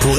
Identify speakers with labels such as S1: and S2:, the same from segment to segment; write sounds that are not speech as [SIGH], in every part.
S1: Pour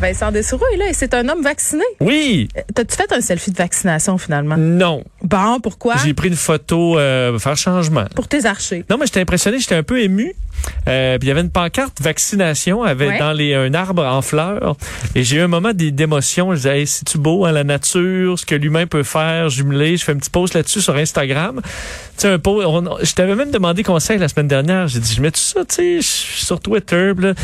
S2: Vincent Dessereau est là et c'est un homme vacciné.
S3: Oui,
S2: Euh, T'as-tu fait un selfie de vaccination finalement?
S3: non.
S2: Bon, pourquoi?
S3: Mm. J'ai pris une photo euh, faire changement.
S2: Pour tes archers.
S3: Non, mais j'étais impressionné, j'étais un peu ému. Euh, puis il y avait une pancarte vaccination avec
S2: Ouais.
S3: dans les un arbre en fleurs et j'ai eu un moment d- d'émotion, je disais hey, c'est tu beau à la nature, ce que l'humain peut faire, jumelé, je fais un petit post là-dessus sur Instagram. Tu sais un post, on- je t'avais même demandé conseil la semaine dernière, j'ai dit je mets tout ça, tu sais, je suis sur Twitter, puis là,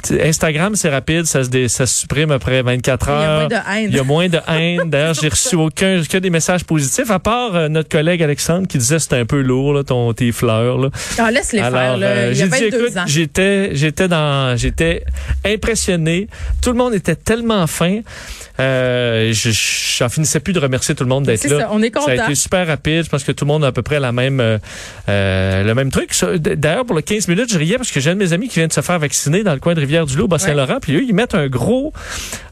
S3: tu sais, Instagram c'est rapide, ça se dé- ça se supprime après 24
S2: Il y
S3: heures.
S2: a moins de haine.
S3: Euh, Il y a moins de haine. D'ailleurs, j'ai reçu aucun que des messages positifs, à part euh, notre collègue Alexandre qui disait c'était un peu lourd là, ton tes fleurs. Là.
S2: Ah, laisse les faire.
S3: Alors,
S2: Là.
S3: euh,
S2: il y a
S3: j'ai dit
S2: 22
S3: écoute,
S2: ans.
S3: j'étais j'étais dans j'étais impressionné. Tout le monde était tellement fin. Euh, je- je- j'en finissais plus de remercier tout le monde d'être
S2: C'est
S3: là.
S2: ça, on est content.
S3: Ça a été super rapide. Je pense que tout le monde a à peu près la même euh, euh, le même truc. Ça, d- D'ailleurs, pour le 15 minutes, je riais parce que j'ai un de mes amis qui vient de se faire vacciner dans le coin de Rivière-du-Loup, au Bas-Saint-Laurent. Puis eux, ils mettent un gros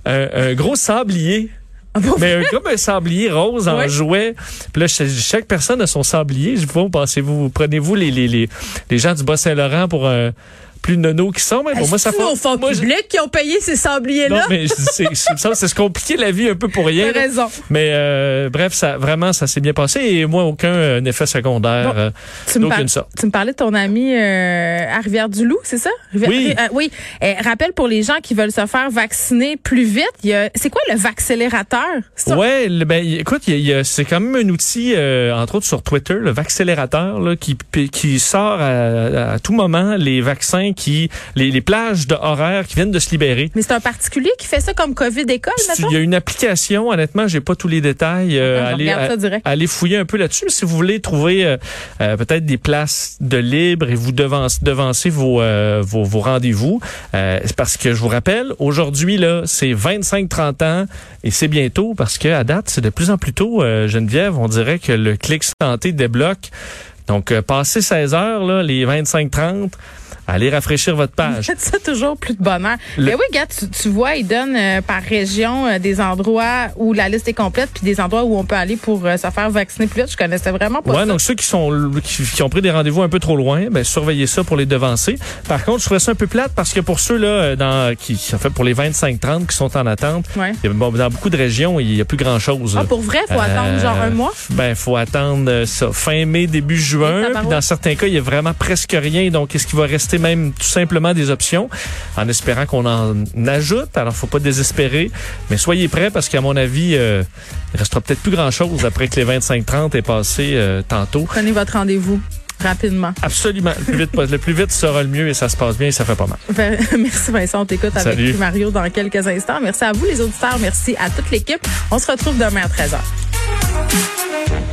S3: un- un
S2: [LAUGHS]
S3: gros sablier
S2: Ah, bon,
S3: mais euh, un, comme un sablier rose en
S2: Ouais.
S3: jouet. Puis là, ch- chaque personne a son sablier. Je vous pensez-vous, prenez-vous les, les, les, les gens du Bas-Saint-Laurent pour un plus nono qui sont, mais pour moi, ça
S2: Est-ce que
S3: fait.
S2: nos fonds
S3: moi, je-
S2: publics qui ont payé ces
S3: non,
S2: sabliers-là.
S3: mais je dis, c'est, c'est, ça, c'est se compliquer la vie un peu pour rien.
S2: T'as raison.
S3: Mais euh, bref, ça vraiment, ça s'est bien passé et moi, aucun euh, effet secondaire.
S2: Bon.
S3: euh,
S2: Tu me,
S3: d'aucune
S2: parles-
S3: sorte.
S2: tu me parlais de ton ami euh, à Rivière-du-Loup, c'est ça? Rivière-
S3: Oui.
S2: Euh, oui. Euh, rappel pour les gens qui veulent se faire vacciner plus vite, il y a- c'est quoi le vaccélérateur? C'est ça?
S3: Ouais, le- ben y- écoute, y a- y a- c'est quand même un outil, euh, entre autres sur Twitter, le vaccélérateur, là, qui p- qui sort à, à tout moment les vaccins qui, les, les plages de horaires qui viennent de se libérer.
S2: Mais c'est un particulier qui fait ça comme COVID-école,
S3: Si euh,
S2: maintenant?
S3: tu- Il y a une application, honnêtement, j'ai pas tous les détails. euh,
S2: Ah, je
S3: allez,
S2: regarde
S3: à-
S2: ça direct.
S3: allez fouiller un peu là-dessus. Mais Si vous voulez trouver euh, euh, peut-être des places de libre et vous devance, devancer vos, euh, vos, vos rendez-vous, euh, c'est parce que je vous rappelle, aujourd'hui, là, c'est 25-30 ans et c'est bientôt parce que à date, c'est de plus en plus tôt, euh, Geneviève, on dirait que le clic santé débloque. Donc, euh, passé 16 heures, là, les 25-30, allez rafraîchir votre page.
S2: Faites ça toujours plus de bonheur.
S3: Le-
S2: Mais oui, gars, tu, tu vois, ils donnent euh, par région euh, des endroits où la liste est complète, puis des endroits où on peut aller pour euh, se faire vacciner plus vite. Je connaissais vraiment pas
S3: Ouais,
S2: ça.
S3: donc ceux qui sont qui, qui ont pris des rendez-vous un peu trop loin, ben surveillez ça pour les devancer. Par contre, je trouvais ça un peu plate parce que pour ceux là euh, dans qui en fait pour les 25 30 qui sont en attente,
S2: Ouais.
S3: il y a- bon, dans beaucoup de régions, il y a plus grand-chose.
S2: Ah, pour vrai, faut attendre
S3: Euh,
S2: genre un mois.
S3: Ben, faut attendre euh, ça fin mai début
S2: Et
S3: juin.
S2: tabarouette.
S3: Puis dans certains cas, il y a vraiment presque rien. Donc, est-ce qu'il va rester même tout simplement des options, en espérant qu'on en ajoute. Alors, faut pas désespérer, mais soyez prêts parce qu'à mon avis, euh, il restera peut-être plus grand-chose après que les 25-30 est passé euh, tantôt.
S2: Prenez votre rendez-vous rapidement. [LAUGHS]
S3: Absolument, le plus vite, pos- le plus vite sera le mieux et ça se passe bien et ça fait pas mal.
S2: Ben, Merci Vincent, on t'écoute avec
S3: Salut.
S2: Q Mario dans quelques instants. Merci à vous les auditeurs, merci à toute l'équipe. On se retrouve demain à 13h.